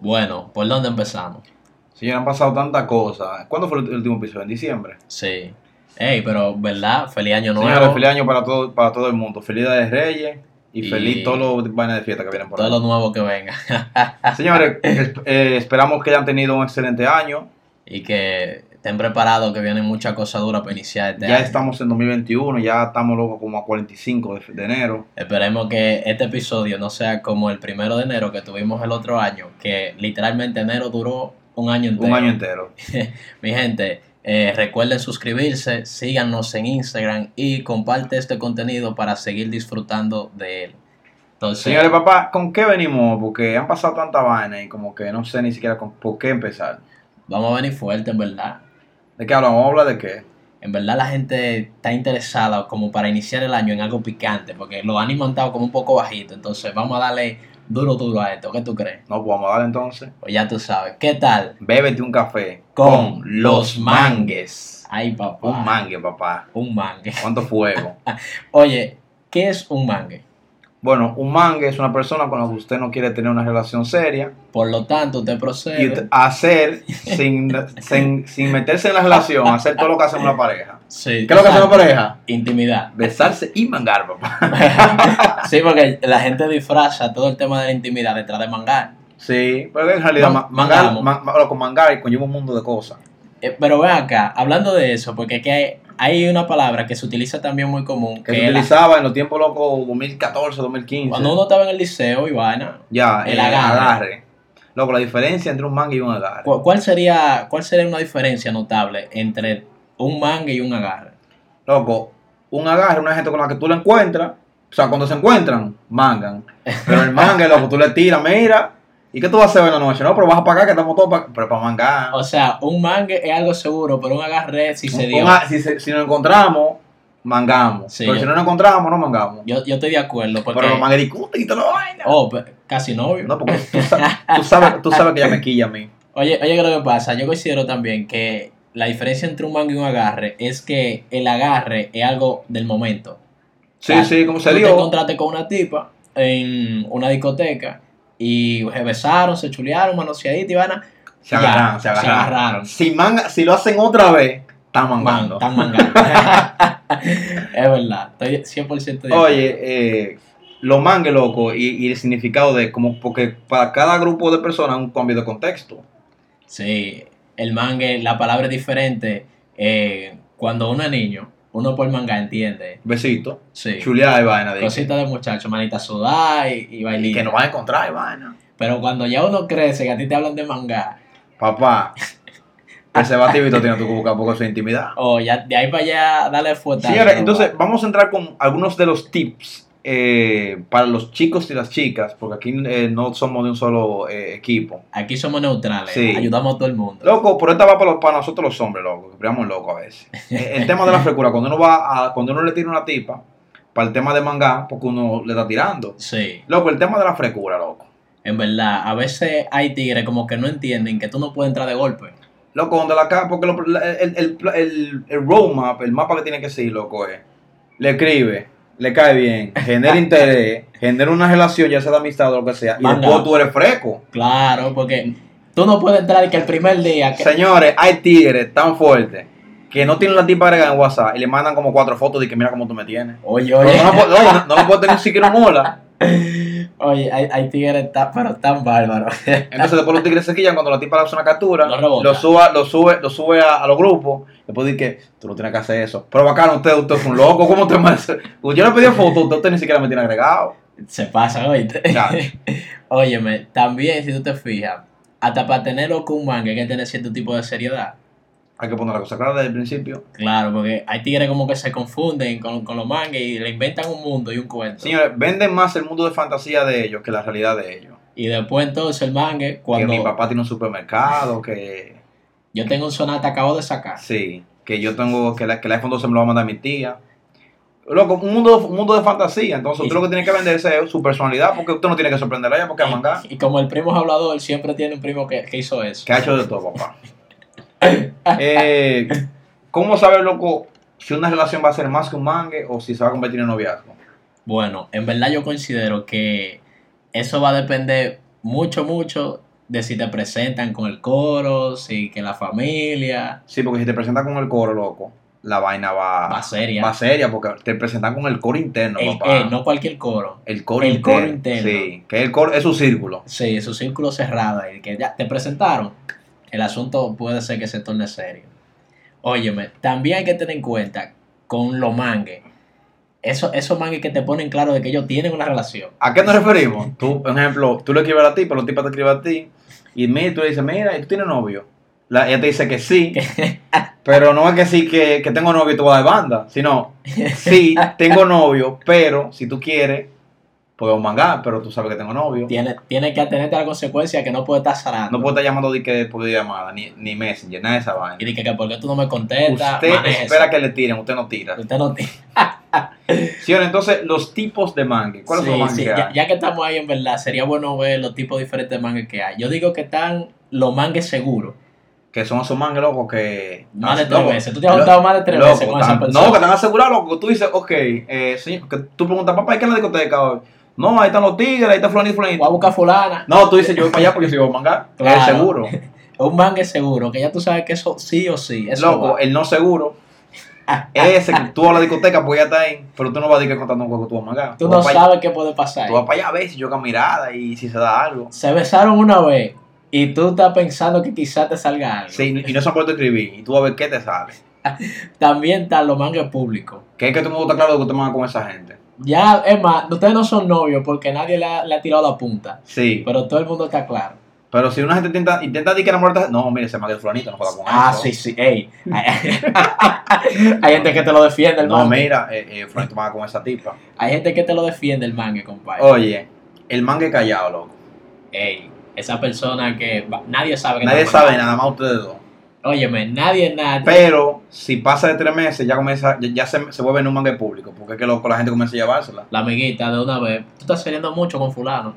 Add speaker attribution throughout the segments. Speaker 1: Bueno, ¿por dónde empezamos?
Speaker 2: Sí, han pasado tantas cosas. ¿Cuándo fue el último episodio? ¿En diciembre?
Speaker 1: Sí. Ey, pero, ¿verdad? Feliz año nuevo.
Speaker 2: Señores, feliz año para todo, para todo el mundo. Feliz de Reyes y,
Speaker 1: Y-
Speaker 2: feliz todos los vainas de fiesta que vienen por
Speaker 1: Todo
Speaker 2: ahí.
Speaker 1: lo nuevo que venga.
Speaker 2: Señores, esp- eh, esperamos que hayan tenido un excelente año.
Speaker 1: y que estén preparados que vienen muchas cosas duras para iniciar este
Speaker 2: Ya
Speaker 1: año.
Speaker 2: estamos en 2021, ya estamos locos como a 45 de, de enero.
Speaker 1: Esperemos que este episodio no sea como el primero de enero que tuvimos el otro año, que literalmente enero duró un año entero.
Speaker 2: Un año entero.
Speaker 1: Mi gente, eh, recuerden suscribirse, síganos en Instagram y comparte este contenido para seguir disfrutando de él. Entonces,
Speaker 2: Señores, papá, ¿con qué venimos? Porque han pasado tantas vainas y como que no sé ni siquiera con, por qué empezar.
Speaker 1: vamos a venir fuerte, en verdad.
Speaker 2: ¿De qué hablamos? ¿Vamos a hablar de qué?
Speaker 1: En verdad la gente está interesada como para iniciar el año en algo picante, porque los ánimos han estado como un poco bajitos. Entonces vamos a darle duro, duro a esto. ¿Qué tú crees?
Speaker 2: No, pues vamos a darle entonces.
Speaker 1: Pues ya tú sabes. ¿Qué tal?
Speaker 2: Bébete un café
Speaker 1: Con los mangues. Ay, papá.
Speaker 2: Un mangue, papá.
Speaker 1: Un mangue.
Speaker 2: ¿Cuánto fuego?
Speaker 1: Oye, ¿qué es un mangue?
Speaker 2: Bueno, un mangue es una persona con la que usted no quiere tener una relación seria
Speaker 1: Por lo tanto, usted procede.
Speaker 2: y t- hacer, sin, sin, sin meterse en la relación, hacer todo lo que hacemos la pareja.
Speaker 1: Sí,
Speaker 2: ¿Qué es lo que hace una
Speaker 1: exacto.
Speaker 2: pareja?
Speaker 1: Intimidad.
Speaker 2: Besarse y mangar, papá.
Speaker 1: sí, porque la gente disfraza todo el tema de la intimidad detrás de mangar.
Speaker 2: Sí, pero en realidad
Speaker 1: Ma-
Speaker 2: ma- mangar,
Speaker 1: mangamos.
Speaker 2: ma- ma- bueno, con mangar conlleva un mundo de cosas.
Speaker 1: Eh, pero ven acá, hablando de eso, porque es que hay, hay una palabra que se utiliza también muy común, que
Speaker 2: Que se
Speaker 1: es la-
Speaker 2: utilizaba en los tiempos locos 2014, 2015.
Speaker 1: cuando uno estaba en el liceo y vaina,
Speaker 2: ya,
Speaker 1: el
Speaker 2: eh,
Speaker 1: agarre.
Speaker 2: agarre. Loco, la diferencia entre un mangue y un agarre.
Speaker 1: ¿cu- ¿cuál sería, cuál sería una diferencia notable entre un mangue y un agarre?
Speaker 2: Loco, un agarre, una gente con la que tú la encuentras, o sea, cuando se encuentran, mangan. Pero el manga, loco, tú le tiras, mira, ¿y qué tú vas a hacer en la noche? No, pero vas a pagar que estamos todos pa- Pero para mangar.
Speaker 1: O sea, un mangue es algo seguro, pero un agarre es si se
Speaker 2: Un-
Speaker 1: dio.
Speaker 2: un a- si, se- si nos encontramos, mangamos.
Speaker 1: Sí,
Speaker 2: pero
Speaker 1: yo-
Speaker 2: si no nos encontramos, no mangamos.
Speaker 1: Yo, yo estoy de acuerdo, porque...
Speaker 2: Pero los mangas discuten y te lo vaina.
Speaker 1: oh, pe- casi novio.
Speaker 2: No, porque tú, sa- tú sabes, tú sabes que ella me quilla a mí.
Speaker 1: Oye, oye, ¿qué es lo que pasa? Yo considero también que la diferencia entre un mangue y un agarre es que el agarre es algo del momento.
Speaker 2: Sí,
Speaker 1: Ah,
Speaker 2: sí, como se
Speaker 1: Tú te
Speaker 2: dio.
Speaker 1: encontraste con una tipa en una discoteca y se besaron, se chulearon, manoseaditas y vaina.
Speaker 2: Se agarraron,
Speaker 1: Ya,
Speaker 2: se agarraron.
Speaker 1: Se agarraron.
Speaker 2: Si, manga, si lo hacen otra vez, están
Speaker 1: Man,
Speaker 2: mangando.
Speaker 1: están mangando. es verdad, estoy 100% de acuerdo.
Speaker 2: Oye, eh, los mangue, loco, y, y el significado de como, porque para cada grupo de personas es un cambio de contexto.
Speaker 1: Sí, el mangue, la palabra es diferente. eh, cuando uno es niño, uno por manga entiende.
Speaker 2: Besito,
Speaker 1: Sí.
Speaker 2: chuleada y vaina. De que,
Speaker 1: Cositas de muchacho, manita sudá y, y
Speaker 2: y
Speaker 1: bailita.
Speaker 2: que nos van a encontrar y vaina.
Speaker 1: Pero cuando ya uno crece y a ti te hablan de manga,
Speaker 2: Papá, preservativo y todo tiene que buscar porque eso es intimidad.
Speaker 1: o ya de ahí para allá dale fuerte.
Speaker 2: Señores, entonces vamos a entrar con algunos de los tips eh, para los chicos y las chicas, porque aquí eh, no somos de un solo eh, equipo.
Speaker 1: Aquí somos neutrales,
Speaker 2: Sí.
Speaker 1: ayudamos a todo el mundo.
Speaker 2: Loco, pero esta va para, los, para nosotros los hombres, loco, que pegamos locos a veces. Eh, El tema de la frescura, cuando uno va a, cuando uno le tira una tipa, para el tema de manga, porque uno le está tirando.
Speaker 1: Sí,
Speaker 2: Loco, el tema de la frescura, loco.
Speaker 1: en verdad, a veces hay tigres como que no entienden que tú no puedes entrar de golpe.
Speaker 2: Loco, donde la ca- porque lo- la- el, el, el, el roadmap, el mapa que tiene que seguir, loco, es, le escribe, le cae bien, genera interés, genera una relación, ya sea de amistad o lo que sea, y
Speaker 1: Manga.
Speaker 2: después tú eres fresco.
Speaker 1: Claro, porque tú no puedes entrar y que el primer día que...
Speaker 2: Señores, hay tigres tan fuertes que no tienen la tipa agregada en WhatsApp y le mandan como cuatro fotos de que mira cómo tú me tienes.
Speaker 1: Oye,
Speaker 2: Pero
Speaker 1: oye,
Speaker 2: no, lo puedo- no, no- no lo puedo tener ni siquiera un hola.
Speaker 1: oye, hay, hay tigres tan, pero tan bárbaros.
Speaker 2: Entonces después los tigres se quillan cuando la tipa le hace una captura,
Speaker 1: Lo rebota.
Speaker 2: lo, suba, lo sube, lo sube a, a los grupos, después dice que tú no tienes que hacer eso. Pero bacano, usted, usted es un loco, ¿cómo usted me hace? Pues Yo le pedí foto, usted, usted ni siquiera me tiene agregado.
Speaker 1: Se pasa, oíste.
Speaker 2: Ya.
Speaker 1: Óyeme, también si tú te fijas, hasta para tener loco un manga hay que tener cierto tipo de seriedad.
Speaker 2: Hay que poner la cosa clara desde el principio.
Speaker 1: Claro, porque hay tigres como que se confunden con, con los mangas y le inventan un mundo y un cuento.
Speaker 2: Señores, venden más el mundo de fantasía de ellos que la realidad de ellos.
Speaker 1: Y después entonces el mangue,
Speaker 2: Que mi
Speaker 1: cuando
Speaker 2: papá tiene un supermercado, que...
Speaker 1: yo tengo un sonata acabo de sacar.
Speaker 2: Sí, que yo tengo, que, la, que el iPhone 12 me lo va a mandar mi tía. Loco, un mundo, un mundo de fantasía. Entonces, usted lo que tiene que venderse es su personalidad, porque usted no tiene que sorprender a ella, porque a manga,
Speaker 1: Y, y como el primo es hablador, siempre tiene un primo que, que hizo eso.
Speaker 2: que ha hecho de todo, papá. Eh, ¿Cómo saber, loco, si una relación va a ser más que un mangue o si se va a convertir en noviazgo?
Speaker 1: Bueno, en verdad yo considero que eso va a depender mucho, mucho de si te presentan con el coro, si que la familia.
Speaker 2: Sí, porque si te presentas con el coro, loco, la vaina va,
Speaker 1: Va seria.
Speaker 2: va seria porque te presentan con el coro interno,
Speaker 1: El-
Speaker 2: papá.
Speaker 1: eh, no cualquier coro.
Speaker 2: El coro
Speaker 1: el
Speaker 2: interno.
Speaker 1: coro interno.
Speaker 2: Sí, que el coro es su círculo.
Speaker 1: Sí, su círculo cerrado. El que ya te presentaron. El asunto puede ser que se torne serio. Óyeme, también hay que tener en cuenta con los mangues. Eso, esos mangues que te ponen claro de que ellos tienen una relación.
Speaker 2: ¿A qué nos referimos? Tú, por ejemplo, tú le escribes a ti, pero los tipos te escriben a ti. Y mira, tú le dices, mira, ¿y tú tienes novio? La, ella te dice que sí. pero no es que sí, que, que tengo novio y tú vas de banda. Sino, sí, tengo novio, pero si tú quieres, podemos mangar, pero tú sabes que tengo novio.
Speaker 1: Tienes tiene que atenerte a la consecuencia que no puede estar zarando.
Speaker 2: No puedo estar llamando de que por llamada, ni, ni Messenger, nada de esa vaina.
Speaker 1: Y dije que porque tú no me contestas.
Speaker 2: Usted
Speaker 1: maneja
Speaker 2: espera
Speaker 1: eso.
Speaker 2: que le tiren, usted no tira.
Speaker 1: Usted no te-
Speaker 2: Señor, entonces, los tipos de mangue. ¿Cuáles son
Speaker 1: Sí,
Speaker 2: los mangue
Speaker 1: sí,
Speaker 2: que
Speaker 1: ya,
Speaker 2: hay?
Speaker 1: ya que estamos ahí, en verdad, sería bueno ver los tipos diferentes de mangues que hay. Yo digo que están los mangues seguros.
Speaker 2: Que son esos mangues, loco, que...
Speaker 1: Más de tres
Speaker 2: Ah, Loco,
Speaker 1: veces. Tú te has
Speaker 2: lo-
Speaker 1: juntado más de tres
Speaker 2: Loco,
Speaker 1: veces con esa
Speaker 2: tan-
Speaker 1: persona.
Speaker 2: no, que están asegurados, loco. que Tú dices, ok, eh, sí, que tú preguntas, papá, ¿y qué es la discoteca hoy? No, ahí están los tigres, ahí está Flonny Flonny.
Speaker 1: Voy a buscar fulana.
Speaker 2: No, tú dices, yo voy para allá porque yo soy manga.
Speaker 1: Claro.
Speaker 2: El seguro.
Speaker 1: Un mangue seguro, que ya tú sabes que eso sí o sí. Eso
Speaker 2: loco, eh,
Speaker 1: va.
Speaker 2: el no seguro. Ese que tú vas a la discoteca porque ya está ahí, pero tú no vas a decir que contando un juego que tú vas a mangar.
Speaker 1: Tú
Speaker 2: vas
Speaker 1: no
Speaker 2: pa'
Speaker 1: sabes qué puede pasar.
Speaker 2: Tú vas para allá a ver si choca mirada y si se da algo.
Speaker 1: Se besaron una vez y tú estás pensando que quizás te salga algo.
Speaker 2: Sí, y no se han puesto a escribir. Y tú vas a ver qué te sale.
Speaker 1: También están los mangues públicos.
Speaker 2: Que es que todo el mundo está claro de que tú mangas con esa gente.
Speaker 1: Ya, es más, ustedes no son novios porque nadie le ha, le ha tirado la punta.
Speaker 2: Sí.
Speaker 1: Pero todo el mundo está claro.
Speaker 2: Pero si una gente intenta, intenta decir que era muerta, no, mire, se manga el fulanito, no joda con
Speaker 1: Ah,
Speaker 2: eso.
Speaker 1: sí, sí, ey. Hay gente que te lo defiende, el
Speaker 2: No,
Speaker 1: mangue.
Speaker 2: mira, eh, eh, Frank Tomás con esa tipa.
Speaker 1: Hay gente que te lo defiende, el mangue, compadre.
Speaker 2: Oye, el manga es callado, loco.
Speaker 1: Ey, esa persona que va- nadie sabe que
Speaker 2: Nadie
Speaker 1: está
Speaker 2: sabe,
Speaker 1: mal.
Speaker 2: nada más ustedes dos.
Speaker 1: Óyeme, nadie nada.
Speaker 2: Pero si pasa de tres meses, ya comienza, ya, ya se, se vuelve en un manga público. Porque es que loco, la gente comienza a llevársela.
Speaker 1: La amiguita de una vez, tú estás saliendo mucho con fulano.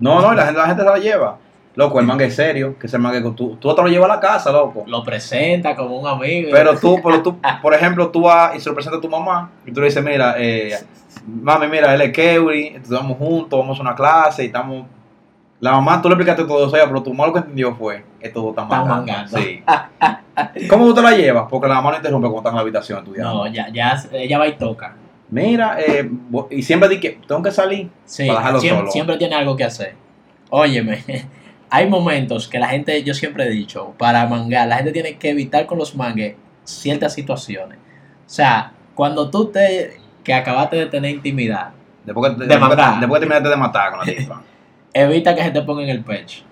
Speaker 2: No, no, y la gente, la gente se la lleva. Loco, el manga es serio, que ese manga que tú, tú te lo llevas a la casa, loco.
Speaker 1: Lo presenta como un amigo.
Speaker 2: Pero tú, pero tú, por ejemplo, tú vas y se lo presentas a tu mamá y tú le dices, mira, eh, mami, mira, él es Keury, estudiamos juntos, vamos a una clase y estamos... La mamá, tú le explicaste todo eso, a ella, pero tu mamá lo que entendió fue, esto dos están
Speaker 1: Están
Speaker 2: mangando.
Speaker 1: mangando.
Speaker 2: Sí. ¿Cómo tú te la llevas? Porque la mamá no interrumpe cuando estás en la habitación estudiando.
Speaker 1: No, ya, ya, ella va y toca.
Speaker 2: Mira, eh, bo- y siempre di que tengo que salir.
Speaker 1: Sí,
Speaker 2: Para dejarlo
Speaker 1: siempre,
Speaker 2: solo.
Speaker 1: siempre tiene algo que hacer. Óyeme, hay momentos que la gente, yo siempre he dicho, para mangar, la gente tiene que evitar con los mangues ciertas situaciones. O sea, cuando tú te, que acabaste de tener intimidad,
Speaker 2: Después que,
Speaker 1: De
Speaker 2: después que-
Speaker 1: matar.
Speaker 2: después que terminaste de matar con la tipa.
Speaker 1: evita que se te ponga en el pecho.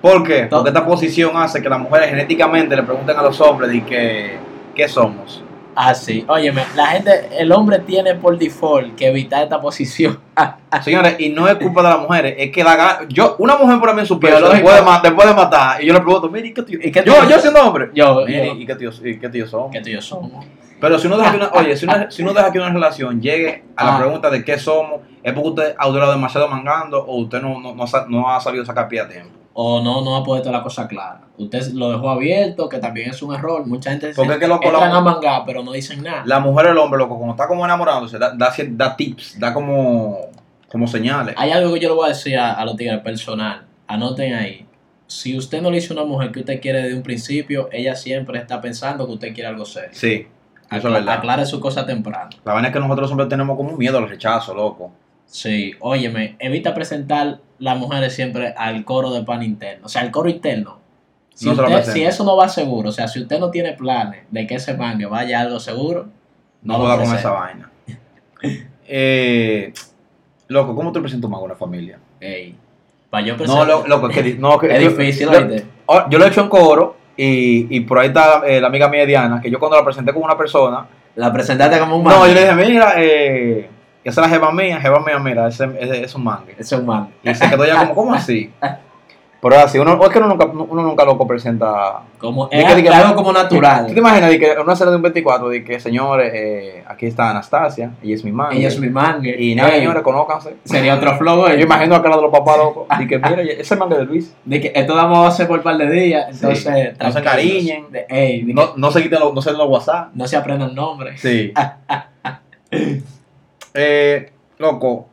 Speaker 2: ¿Por qué?
Speaker 1: No.
Speaker 2: Porque esta posición hace que las mujeres genéticamente le pregunten a los hombres de que, ¿qué somos?
Speaker 1: Así, Ah, óyeme, la gente, el hombre tiene por default que evitar esta posición.
Speaker 2: Señores, y no es culpa de las mujeres, es que la ga- yo una mujer por mí en su peso
Speaker 1: Biológico.
Speaker 2: te puede, ma- te puede matar y yo le pregunto, mire, ¿y qué tú
Speaker 1: ¿Y qué tú-
Speaker 2: yo, yo siendo hombre?
Speaker 1: Yo,
Speaker 2: Mire,
Speaker 1: yo
Speaker 2: ¿y qué tú y qué tú y yo somos?
Speaker 1: que tú y yo somos.
Speaker 2: Pero si uno deja que una, oye, si uno, si uno deja que una relación llegue a la
Speaker 1: Ah.
Speaker 2: pregunta de qué somos, es porque usted ha durado demasiado mangando o usted no, no, no, sa- no ha sabido sacar pie a tiempo.
Speaker 1: O no, no ha puesto la cosa clara. Usted lo dejó abierto, que también es un error. Mucha gente se
Speaker 2: Porque es que loco,
Speaker 1: entran a
Speaker 2: la,
Speaker 1: mangar, pero no dicen nada.
Speaker 2: la mujer o el hombre, loco, cuando está como enamorándose, da, da, cier- da tips, da como, como señales.
Speaker 1: Hay algo que yo le voy a decir a, a los tigres personal. Anoten ahí. Si usted no le dice a una mujer que usted quiere desde un principio, ella siempre está pensando que usted quiere algo serio.
Speaker 2: Sí, eso es
Speaker 1: Acla-
Speaker 2: verdad.
Speaker 1: aclare su cosa temprano.
Speaker 2: La vaina es que nosotros los hombres tenemos como un miedo al rechazo, loco.
Speaker 1: Sí, óyeme, evita presentar las mujeres siempre al coro de pan interno. O sea, al coro interno. Si,
Speaker 2: No se lo
Speaker 1: usted-
Speaker 2: presente.
Speaker 1: si eso no va seguro, o sea, si usted no tiene planes de que ese mangue vaya a algo seguro,
Speaker 2: No
Speaker 1: lo
Speaker 2: joda con
Speaker 1: presente.
Speaker 2: esa vaina. Eh, loco, ¿cómo tú presentas más a una familia?
Speaker 1: Ey, para yo
Speaker 2: No,
Speaker 1: presentar,
Speaker 2: lo- loco, es que di- no, que-
Speaker 1: Pues es difícil,
Speaker 2: yo-
Speaker 1: ¿oíste?
Speaker 2: Oh, Yo lo he hecho en coro y, y por ahí está eh, la amiga mía Diana, que yo cuando la presenté con una persona,
Speaker 1: La presentaste como un mangue.
Speaker 2: no, yo le dije, mira, eh, esa es la jeva mía, jeva mía, mira, ese, ese- es un mangue.
Speaker 1: Ese es un mangue,
Speaker 2: Y se quedó ya como, ¿cómo así? Pero así, uno, es que uno nunca, uno nunca loco presenta.
Speaker 1: Como,
Speaker 2: Di
Speaker 1: es
Speaker 2: que- di que-
Speaker 1: algo como
Speaker 2: ¿Tú
Speaker 1: natural.
Speaker 2: te imaginas de que en una cena de un 24 de que, señores, eh, aquí está Anastasia, ella es mi mangue.
Speaker 1: Ella es mi mangue.
Speaker 2: Y nada,
Speaker 1: Ey,
Speaker 2: señores, conózcanse.
Speaker 1: Sería otro flow,
Speaker 2: Yo
Speaker 1: eh.
Speaker 2: imagino a cara de los papás locos. Y que, mira, ese es mangue de Luis.
Speaker 1: De que esto damos a hacer por un par de días, entonces...
Speaker 2: No se
Speaker 1: tranquilos.
Speaker 2: encariñen.
Speaker 1: De- ey, de que no.
Speaker 2: No, no se quiten los, no se den los WhatsApp.
Speaker 1: se aprendan nombres.
Speaker 2: Sí. eh, loco,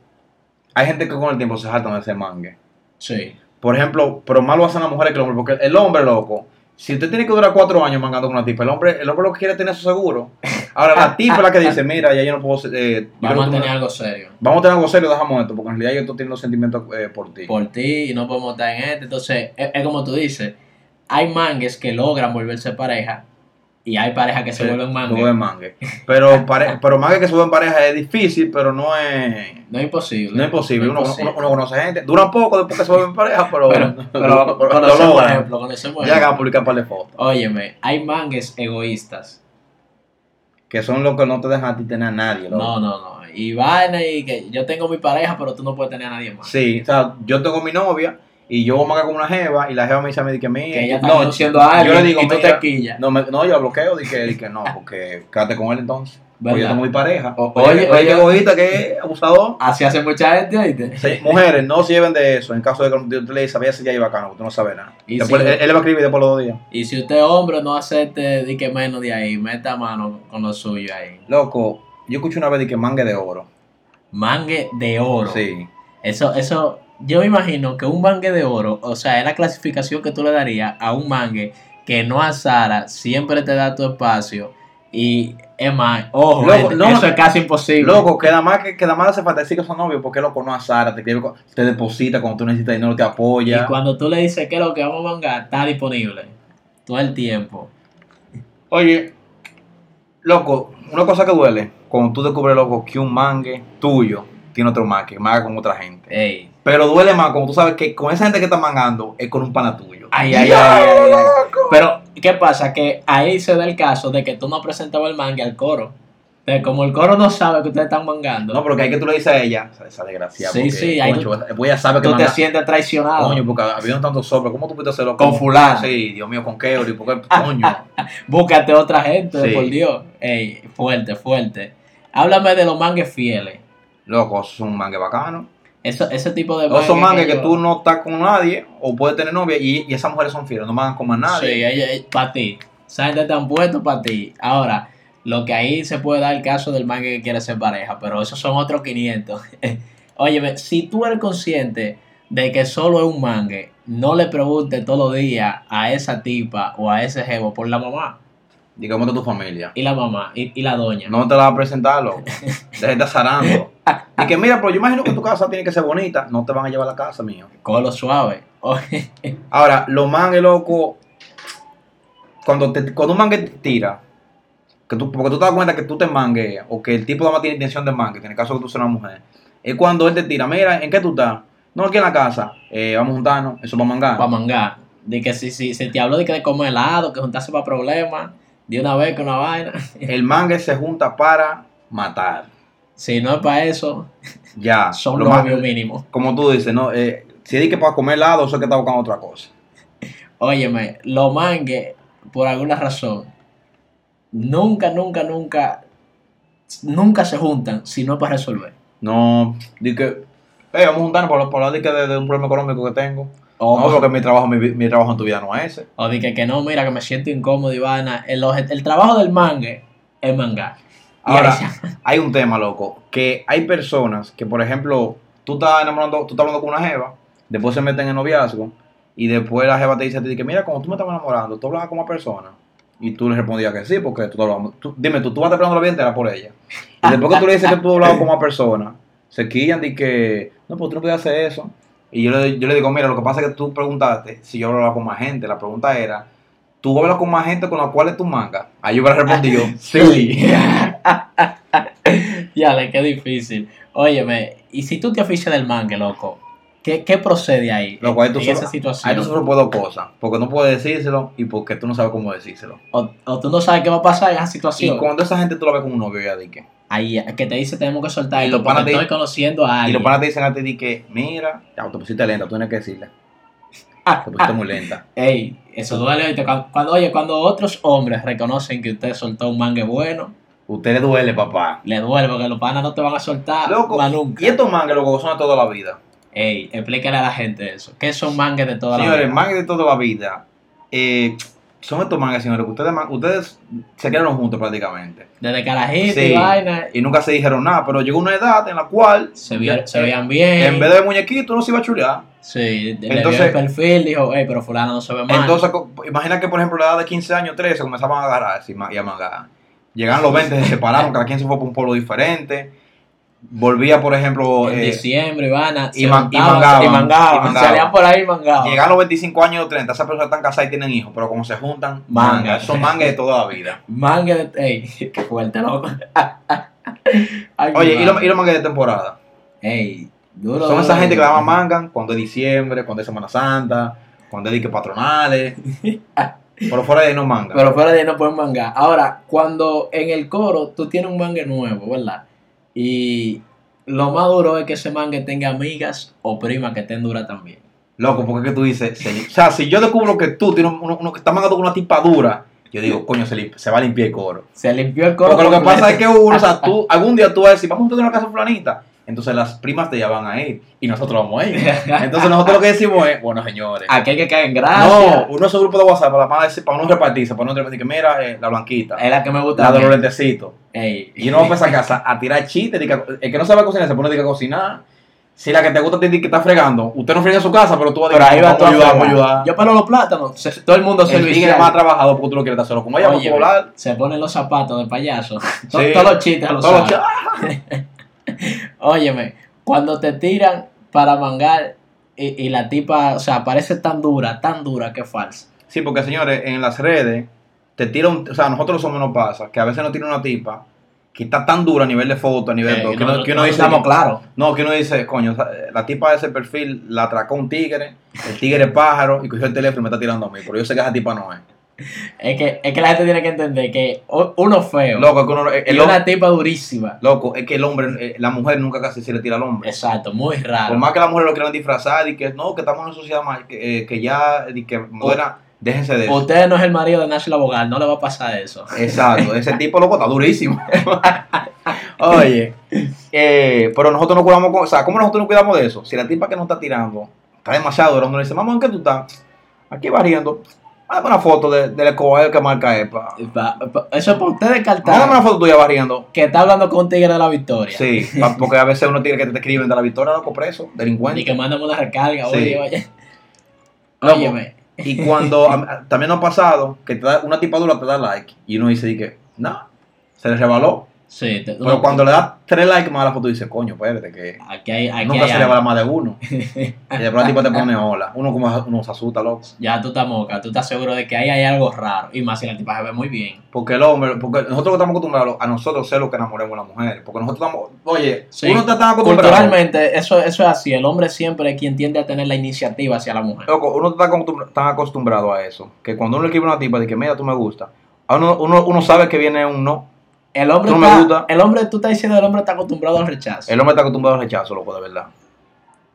Speaker 2: hay gente que con el tiempo se saltan de ese mangue.
Speaker 1: Sí.
Speaker 2: Por ejemplo, pero más lo hacen las mujeres que los hombres, porque el hombre, loco, si usted tiene que durar cuatro años mangando con una tipa, el hombre, el hombre lo que quiere es tener su seguro. Ahora, la tipa es la que dice, mira, ya yo no puedo... ser- Eh, yo creo
Speaker 1: Vamos
Speaker 2: que
Speaker 1: a
Speaker 2: tú
Speaker 1: tener
Speaker 2: me-
Speaker 1: algo serio.
Speaker 2: Vamos a tener algo serio, dejamos esto, porque en realidad yo estoy teniendo sentimientos eh, por ti.
Speaker 1: por ti y no podemos estar en este. Entonces, es, es como tú dices, hay mangues que logran volverse pareja y hay parejas que se
Speaker 2: Sí,
Speaker 1: vuelven
Speaker 2: se
Speaker 1: mangues.
Speaker 2: vuelven mangue. Pero, pare- pero mangue que se vuelven pareja es difícil, pero no es...
Speaker 1: No es imposible.
Speaker 2: No es imposible, uno,
Speaker 1: imposible.
Speaker 2: uno- uno conoce gente, dura poco después que se vuelven pareja, pero,
Speaker 1: Pero,
Speaker 2: lo-
Speaker 1: pero
Speaker 2: lo
Speaker 1: conocemos
Speaker 2: logran.
Speaker 1: ejemplo, conocemos
Speaker 2: Llegan a
Speaker 1: ejemplo.
Speaker 2: publicar un par de fotos,
Speaker 1: Óyeme, hay mangues egoístas.
Speaker 2: que son los que no te dejan a ti tener a nadie. loco.
Speaker 1: No, no, no. Y vaina y que yo tengo mi pareja, pero tú no puedes tener a nadie más.
Speaker 2: Sí, o sea, yo tengo mi novia y yo voy a marcar con una jeva y la jeva me dice a mí, de que mira,
Speaker 1: Que ella está
Speaker 2: no,
Speaker 1: conociendo a alguien
Speaker 2: yo le digo,
Speaker 1: y tú te
Speaker 2: mira,
Speaker 1: quillas.
Speaker 2: no, me- no, yo la bloqueo, dije, dije, no, porque quédate con él entonces. Porque yo
Speaker 1: ¿Verdad?
Speaker 2: tengo mi pareja.
Speaker 1: O-
Speaker 2: oye,
Speaker 1: oye,
Speaker 2: oye,
Speaker 1: oye.
Speaker 2: qué egoísta, qué abusador.
Speaker 1: Así hace mucha gente, ¿oíste?
Speaker 2: Sí, mujeres, no se lleven de eso. En caso de que usted le diga, sabía si ya iba bacano, tú no sabes nada.
Speaker 1: Y
Speaker 2: Después,
Speaker 1: si-
Speaker 2: él, él le va a escribir después los dos días.
Speaker 1: Y si usted es hombre, no acepte di que menos de ahí. Meta mano con lo suyo ahí.
Speaker 2: Loco, yo escuché una vez de que mangue de oro.
Speaker 1: Mangue de oro.
Speaker 2: Sí.
Speaker 1: Eso, eso, yo me imagino que un mangue de oro, o sea, es la clasificación que tú le darías a un mangue que no azara, siempre te da tu espacio y es más, ojo,
Speaker 2: Loco,
Speaker 1: este,
Speaker 2: no,
Speaker 1: eso es casi imposible.
Speaker 2: Loco, queda más que queda más hace falta decir que son novios porque loco no azara, te, escribe cu- te deposita cuando tú necesitas dinero, te apoya.
Speaker 1: Y cuando tú le dices que lo que vamos a mangar está disponible todo el tiempo.
Speaker 2: Oye, loco, una cosa que duele, cuando tú descubres, loco, que un mangue tuyo tiene otro mangue, manga con otra gente.
Speaker 1: Ey,
Speaker 2: Pero duele más cuando tú sabes que con esa gente que está mangando es con un pana tuyo.
Speaker 1: Ay, ay, ay, ay, ay. Pero, ¿qué pasa? Que ahí se da el caso de que tú no presentabas el mangue al coro. Pero como el coro no sabe que ustedes están mangando,
Speaker 2: No, pero que hay que tú le dices a ella, esa- esa desgracia.
Speaker 1: Sí, sí, ahí tú-
Speaker 2: ella sabe que
Speaker 1: tú te
Speaker 2: manga-
Speaker 1: sientes traicionado
Speaker 2: Coño, porque había tantos sobres, ¿cómo tú pudiste hacerlo?
Speaker 1: con fulano.
Speaker 2: Sí, Dios mío, con Keori, porque coño.
Speaker 1: Búscate otra gente,
Speaker 2: Sí.
Speaker 1: por Dios. Ey, fuerte, fuerte. Háblame de los mangues fieles.
Speaker 2: Loco, eso es un mangue bacano.
Speaker 1: Eso, ese tipo de
Speaker 2: O son mangas que
Speaker 1: yo-
Speaker 2: tú no estás con nadie o puedes tener novia y, y esas mujeres son fieles, no mangan con más nadie.
Speaker 1: Sí, para ti. Esa gente te han puesto para ti. Ahora, lo que ahí se puede dar el caso del mangue que quiere ser pareja, pero esos son otros 500. Óyeme, si tú eres consciente de que solo es un mangue, no le preguntes todos los días a esa tipa o a ese jevo por la mamá
Speaker 2: Digamos que tu familia.
Speaker 1: y la mamá y, y la doña.
Speaker 2: No te la vas a presentar, loco. Te estás zarando. Y que mira, pero yo imagino que tu casa tiene que ser bonita. No te van a llevar a la casa, mío.
Speaker 1: Colo suave. Oye,
Speaker 2: Ahora, los mangues, loco, cuando, te, cuando un mangue te tira, que tú, porque tú te das cuenta que tú te mangueas o que el tipo además tiene intención de mangue, que en el caso que tú seas una mujer, es cuando él te tira, mira, ¿en qué tú estás? No, aquí en la casa, eh, vamos a juntarnos, eso va a mangar.
Speaker 1: para mangar. De que si, si se te habló de que de comer helado, que juntarse para problemas, de una vez con una vaina.
Speaker 2: El mangue se junta para matar.
Speaker 1: Si no es para eso,
Speaker 2: Ya.
Speaker 1: son
Speaker 2: Lo
Speaker 1: novios
Speaker 2: más-
Speaker 1: mínimo.
Speaker 2: como tú dices, no, eh, si es que para comer helado, eso es que está buscando otra cosa.
Speaker 1: Óyeme, los mangue, por alguna razón, nunca, nunca, nunca, nunca se juntan si no es para resolver.
Speaker 2: No, di que, "Ey, vamos a juntarnos para, para hablar di que de, de un problema económico que tengo.
Speaker 1: O,
Speaker 2: No, porque mi trabajo, mi, vi- mi trabajo en tu vida no es ese.
Speaker 1: o de que, que no, mira, que me siento incómodo, Ivana. El, oje- el trabajo del mangue es mangar. Y ahí
Speaker 2: Ahora,
Speaker 1: se-
Speaker 2: hay un tema, loco, que hay personas que, por ejemplo, tú estás enamorando, tú estás hablando con una jeva, después se meten en noviazgo, y después la jeva te dice a ti que, mira, cuando tú me estabas enamorando, tú hablabas con una persona. Y tú le respondías que sí, porque tú, te hablabas- tú- dime, tú, tú vas esperando la vida entera por ella. Y después que tú le dices que tú hablabas con una persona, se quillan y que, no, pues tú no podías hacer eso. Y yo le, yo le digo, mira, lo que pasa es que tú preguntaste si yo hablaba con más gente. La pregunta era, ¿tú hablas con más gente con la cual es tu manga? Ahí yo hubiera respondido, sí.
Speaker 1: Ya, le qué difícil. Óyeme, y si tú te oficias del mangue, loco, ¿qué, qué procede ahí?
Speaker 2: Loco, ahí tú
Speaker 1: en
Speaker 2: solo-
Speaker 1: esa
Speaker 2: Ahí tú
Speaker 1: situación.
Speaker 2: sufres por dos cosas, porque no puedes decírselo y porque tú no sabes cómo decírselo.
Speaker 1: O, o tú no sabes qué va a pasar en esa
Speaker 2: Y
Speaker 1: situación.
Speaker 2: cuando esa gente tú la ves con un novio ya di que.
Speaker 1: Ahí, que te dice tenemos que soltar
Speaker 2: Y
Speaker 1: y
Speaker 2: los panas te-
Speaker 1: estoy conociendo a
Speaker 2: Y
Speaker 1: alguien.
Speaker 2: los panas te dicen a ti di que, mira, ya te pusiste lenta, tú tienes que decirle. Te pusiste muy lenta.
Speaker 1: Ey, eso duele. oíste. Cuando, cuando- oye, cuando otros hombres reconocen que usted soltó un mangue bueno,
Speaker 2: Usted le duele, papá.
Speaker 1: le duele porque los panas no te van a soltar
Speaker 2: Loco,
Speaker 1: más nunca.
Speaker 2: y estos mangas lo gozan de toda la vida.
Speaker 1: Ey, explícale a la gente eso. ¿Qué son mangues de toda la
Speaker 2: Señores,
Speaker 1: vida?
Speaker 2: mangas de toda la vida. eh, son estos mangas, señores, que ustedes, man- ustedes se quedaron juntos prácticamente.
Speaker 1: Desde carajito
Speaker 2: Sí.
Speaker 1: y vaina,
Speaker 2: Y nunca se dijeron nada, pero llegó una edad en la cual,
Speaker 1: se, vio-
Speaker 2: Ya-
Speaker 1: se veían bien.
Speaker 2: en vez de muñequito, uno se iba a chulear.
Speaker 1: Sí, le
Speaker 2: Entonces-
Speaker 1: vio el perfil, dijo, hey, pero fulano no se ve mal.
Speaker 2: Entonces, co- imagina que, por ejemplo, la edad de 15 años, 13, comenzaban a agarrar así, ma- y a mangar. Llegaron los 20, se separaron, cada quien se fue para un pueblo diferente. Volvía, por ejemplo,
Speaker 1: en
Speaker 2: eh,
Speaker 1: diciembre, Ivana,
Speaker 2: y man- y mangaban,
Speaker 1: y
Speaker 2: y
Speaker 1: mangaban,
Speaker 2: mangaban.
Speaker 1: salían por ahí y mangaban.
Speaker 2: llegaron los 25 años o 30. Esas personas están casadas y tienen hijos, pero como se juntan,
Speaker 1: Manga.
Speaker 2: manga. Son mangas de toda la vida.
Speaker 1: Manga de... Ey, qué fuerte, loco. Ay,
Speaker 2: Oye,
Speaker 1: mi
Speaker 2: ¿y los,
Speaker 1: madre.
Speaker 2: y los mangas de temporada?
Speaker 1: Ey, duro,
Speaker 2: Son esa
Speaker 1: duro,
Speaker 2: gente que
Speaker 1: duro.
Speaker 2: daban mangan cuando es diciembre, cuando es Semana Santa, cuando es dique patronales. pero fuera de ahí no manga.
Speaker 1: Pero fuera de ahí no pueden manga. Ahora, cuando en el coro tú tienes un manga nuevo, ¿verdad? Y lo más duro es que ese manga tenga amigas o primas que estén duras también.
Speaker 2: Loco, porque es que tú dices, se- o sea, si yo descubro que tú tienes uno, uno que está mangando con una tipa dura, yo digo, coño, se, lim- se va a limpiar el coro.
Speaker 1: Se limpió el coro.
Speaker 2: Porque lo que
Speaker 1: completo.
Speaker 2: pasa es que uno, o sea, tú, algún día tú vas a decir, vamos a tener una casa planita. Entonces las primas te ya van a ir y nosotros vamos a ir. Entonces nosotros lo que decimos es, bueno, señores.
Speaker 1: Aquel que cae en
Speaker 2: No,
Speaker 1: gracia.
Speaker 2: uno es un grupo de WhatsApp para, para, decir- para uno repartirse, para uno repartir que mira, eh, la blanquita,
Speaker 1: Es la que me gusta.
Speaker 2: la
Speaker 1: a
Speaker 2: de
Speaker 1: mí.
Speaker 2: los lentecitos.
Speaker 1: Ey.
Speaker 2: Y uno va para esa casa a tirar chistes. di que- El que no sabe cocinar se pone di que a cocinar. Si la que te gusta te dice que está fregando, usted no frega en su casa, pero tú vas a
Speaker 1: Pero ahí va todo
Speaker 2: a ayudar,
Speaker 1: a
Speaker 2: vamos a ayudar.
Speaker 1: Yo pelo los plátanos. se- todo el mundo se
Speaker 2: El tigre más trabajado porque tú lo quieres estar solo. Como ella, vamos a volar.
Speaker 1: se ponen los zapatos de payaso. To-
Speaker 2: Sí.
Speaker 1: Todos los chistes los
Speaker 2: Todos los
Speaker 1: saben. Óyeme, cuando te tiran para mangar y, y la tipa, o sea, parece tan dura, tan dura que es falsa.
Speaker 2: Sí, porque señores, en las redes te tiran, o sea, a nosotros somos nos pasa, que a veces nos tira una tipa que está tan dura a nivel de foto, a nivel de
Speaker 1: Eh,
Speaker 2: todo, que,
Speaker 1: no-
Speaker 2: uno, que uno
Speaker 1: no
Speaker 2: dice,
Speaker 1: estamos claros.
Speaker 2: no, que uno dice, coño, o sea, la tipa de ese perfil la atracó un tigre, el tigre es pájaro y cogió el teléfono y me está tirando a mí, pero yo sé que esa tipa no es.
Speaker 1: Es que, es que la gente tiene que entender que o- uno feo
Speaker 2: Loco, es que uno, el,
Speaker 1: y
Speaker 2: el hom-
Speaker 1: una tipa durísima.
Speaker 2: loco, es que el hombre, eh, la mujer nunca casi se le tira al hombre.
Speaker 1: Exacto, muy raro.
Speaker 2: Por más que las mujeres lo quieran disfrazar y que no, que estamos en una sociedad más, que, eh, que ya, y que moderna, déjense de eso.
Speaker 1: Usted no es el marido de Nash Bogal, no le va a pasar eso.
Speaker 2: Exacto, ese tipo loco está durísimo. Oye, eh, pero nosotros nos cuidamos con, o sea, ¿cómo nosotros nos cuidamos de eso? Si la tipa que nos está tirando está demasiado dura, uno le dice, mamá, ¿en qué tú estás? Aquí barriendo, mándame una foto de, del escobar que marca EPA.
Speaker 1: Pa- pa- Eso es para usted
Speaker 2: Mándame una
Speaker 1: descartar
Speaker 2: foto tuya barriendo.
Speaker 1: que está hablando con un tigre de la victoria.
Speaker 2: Sí, pa- porque a veces uno tiene que te escriben de la victoria, loco preso,
Speaker 1: Ni
Speaker 2: delincuente.
Speaker 1: que mándame una recarga,
Speaker 2: Sí. pues,
Speaker 1: oye, oye.
Speaker 2: Loco.
Speaker 1: Óyeme,
Speaker 2: Y cuando a- a- también nos ha pasado que te da- una tipa dura te da like y uno dice, di que, no, se le rebaló.
Speaker 1: sí, te-
Speaker 2: Pero cuando le das tres likes más a la foto, dice, coño, espérate, que.
Speaker 1: aquí hay, aquí
Speaker 2: Nunca
Speaker 1: hay
Speaker 2: se le
Speaker 1: algo.
Speaker 2: va la más de uno. Y después la tipa te pone hola. Uno como uno se asusta, loco.
Speaker 1: Ya tú estás moca, tú estás seguro de que ahí hay algo raro. Y más si la tipa se ve muy bien.
Speaker 2: Porque el hombre, porque nosotros estamos acostumbrados a nosotros ser los que enamoremos a las mujeres. Porque nosotros estamos, oye,
Speaker 1: Sí.
Speaker 2: uno está tan acostumbrado.
Speaker 1: Culturalmente, eso, eso es así. El hombre siempre es quien tiende a tener la iniciativa hacia la mujer.
Speaker 2: Loco, uno está acostumbr- tan acostumbrado a eso. Que cuando uno le escribe a una tipa de que mira, tú me gusta. a Uno, uno, uno sabe que viene un no.
Speaker 1: El hombre,
Speaker 2: Tú no me
Speaker 1: está-
Speaker 2: gusta.
Speaker 1: el hombre, tú estás diciendo, el hombre está acostumbrado al rechazo.
Speaker 2: El hombre está acostumbrado al rechazo, loco, de verdad.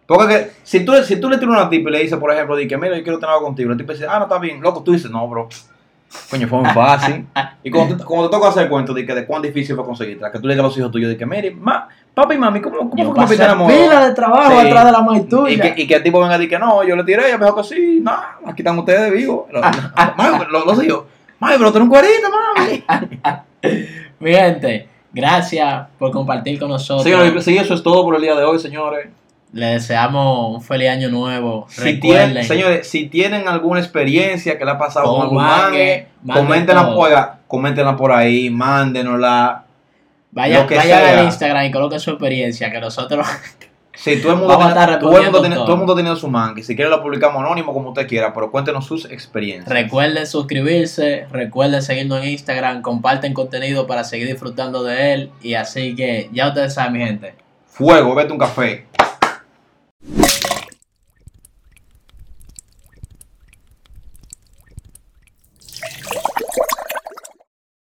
Speaker 2: Porque que, si, tú, si tú le tiras a una tipa y le dices, por ejemplo, de que mira, yo quiero tener algo contigo. La tipa dice, ah, no, está bien. Loco, tú dices, no, bro. Coño, fue muy fácil. y cuando, te- cuando te toca hacer el cuento de, que, de cuán difícil fue conseguirla, que tú le digas a los hijos tuyos, de que mire, ma, papá y mami, ¿cómo, cómo
Speaker 1: Yo
Speaker 2: fue que papi te
Speaker 1: pasé
Speaker 2: enamoró?
Speaker 1: pila de trabajo
Speaker 2: Sí.
Speaker 1: atrás de la mujer
Speaker 2: Y
Speaker 1: tuya.
Speaker 2: que, y que el tipo venga y diga, no, yo le tiré, ella me dijo que sí, no, aquí están ustedes vivos. Los, los, los, los hijos, mami, pero tú eres un cuarito, mami.
Speaker 1: Mi gente, gracias por compartir con nosotros.
Speaker 2: Señores, sí, eso es todo por el día de hoy, señores.
Speaker 1: Le deseamos un feliz año nuevo.
Speaker 2: Si
Speaker 1: Recuerden,
Speaker 2: tienen, señores, si tienen alguna experiencia que le ha pasado con
Speaker 1: Con
Speaker 2: algún
Speaker 1: mangue,
Speaker 2: mangue,
Speaker 1: manden
Speaker 2: coméntenla,
Speaker 1: todo.
Speaker 2: por- oiga, coméntenla por ahí, mándenosla.
Speaker 1: vayan,
Speaker 2: lo que
Speaker 1: vayan
Speaker 2: sea.
Speaker 1: al Instagram y coloquen su experiencia, que nosotros
Speaker 2: Si todo el mundo,
Speaker 1: Vamos a
Speaker 2: tiene-
Speaker 1: estar
Speaker 2: todo el mundo
Speaker 1: respondiendo
Speaker 2: tiene,
Speaker 1: todo.
Speaker 2: todo el mundo tiene su mangue. Si quiere lo publicamos anónimo como usted quiera, pero cuéntenos sus experiencias.
Speaker 1: Recuerden suscribirse, recuerden seguirnos en Instagram, comparten contenido para seguir disfrutando de él. Y así que ya ustedes saben, mi gente.
Speaker 2: Fuego, vete un café.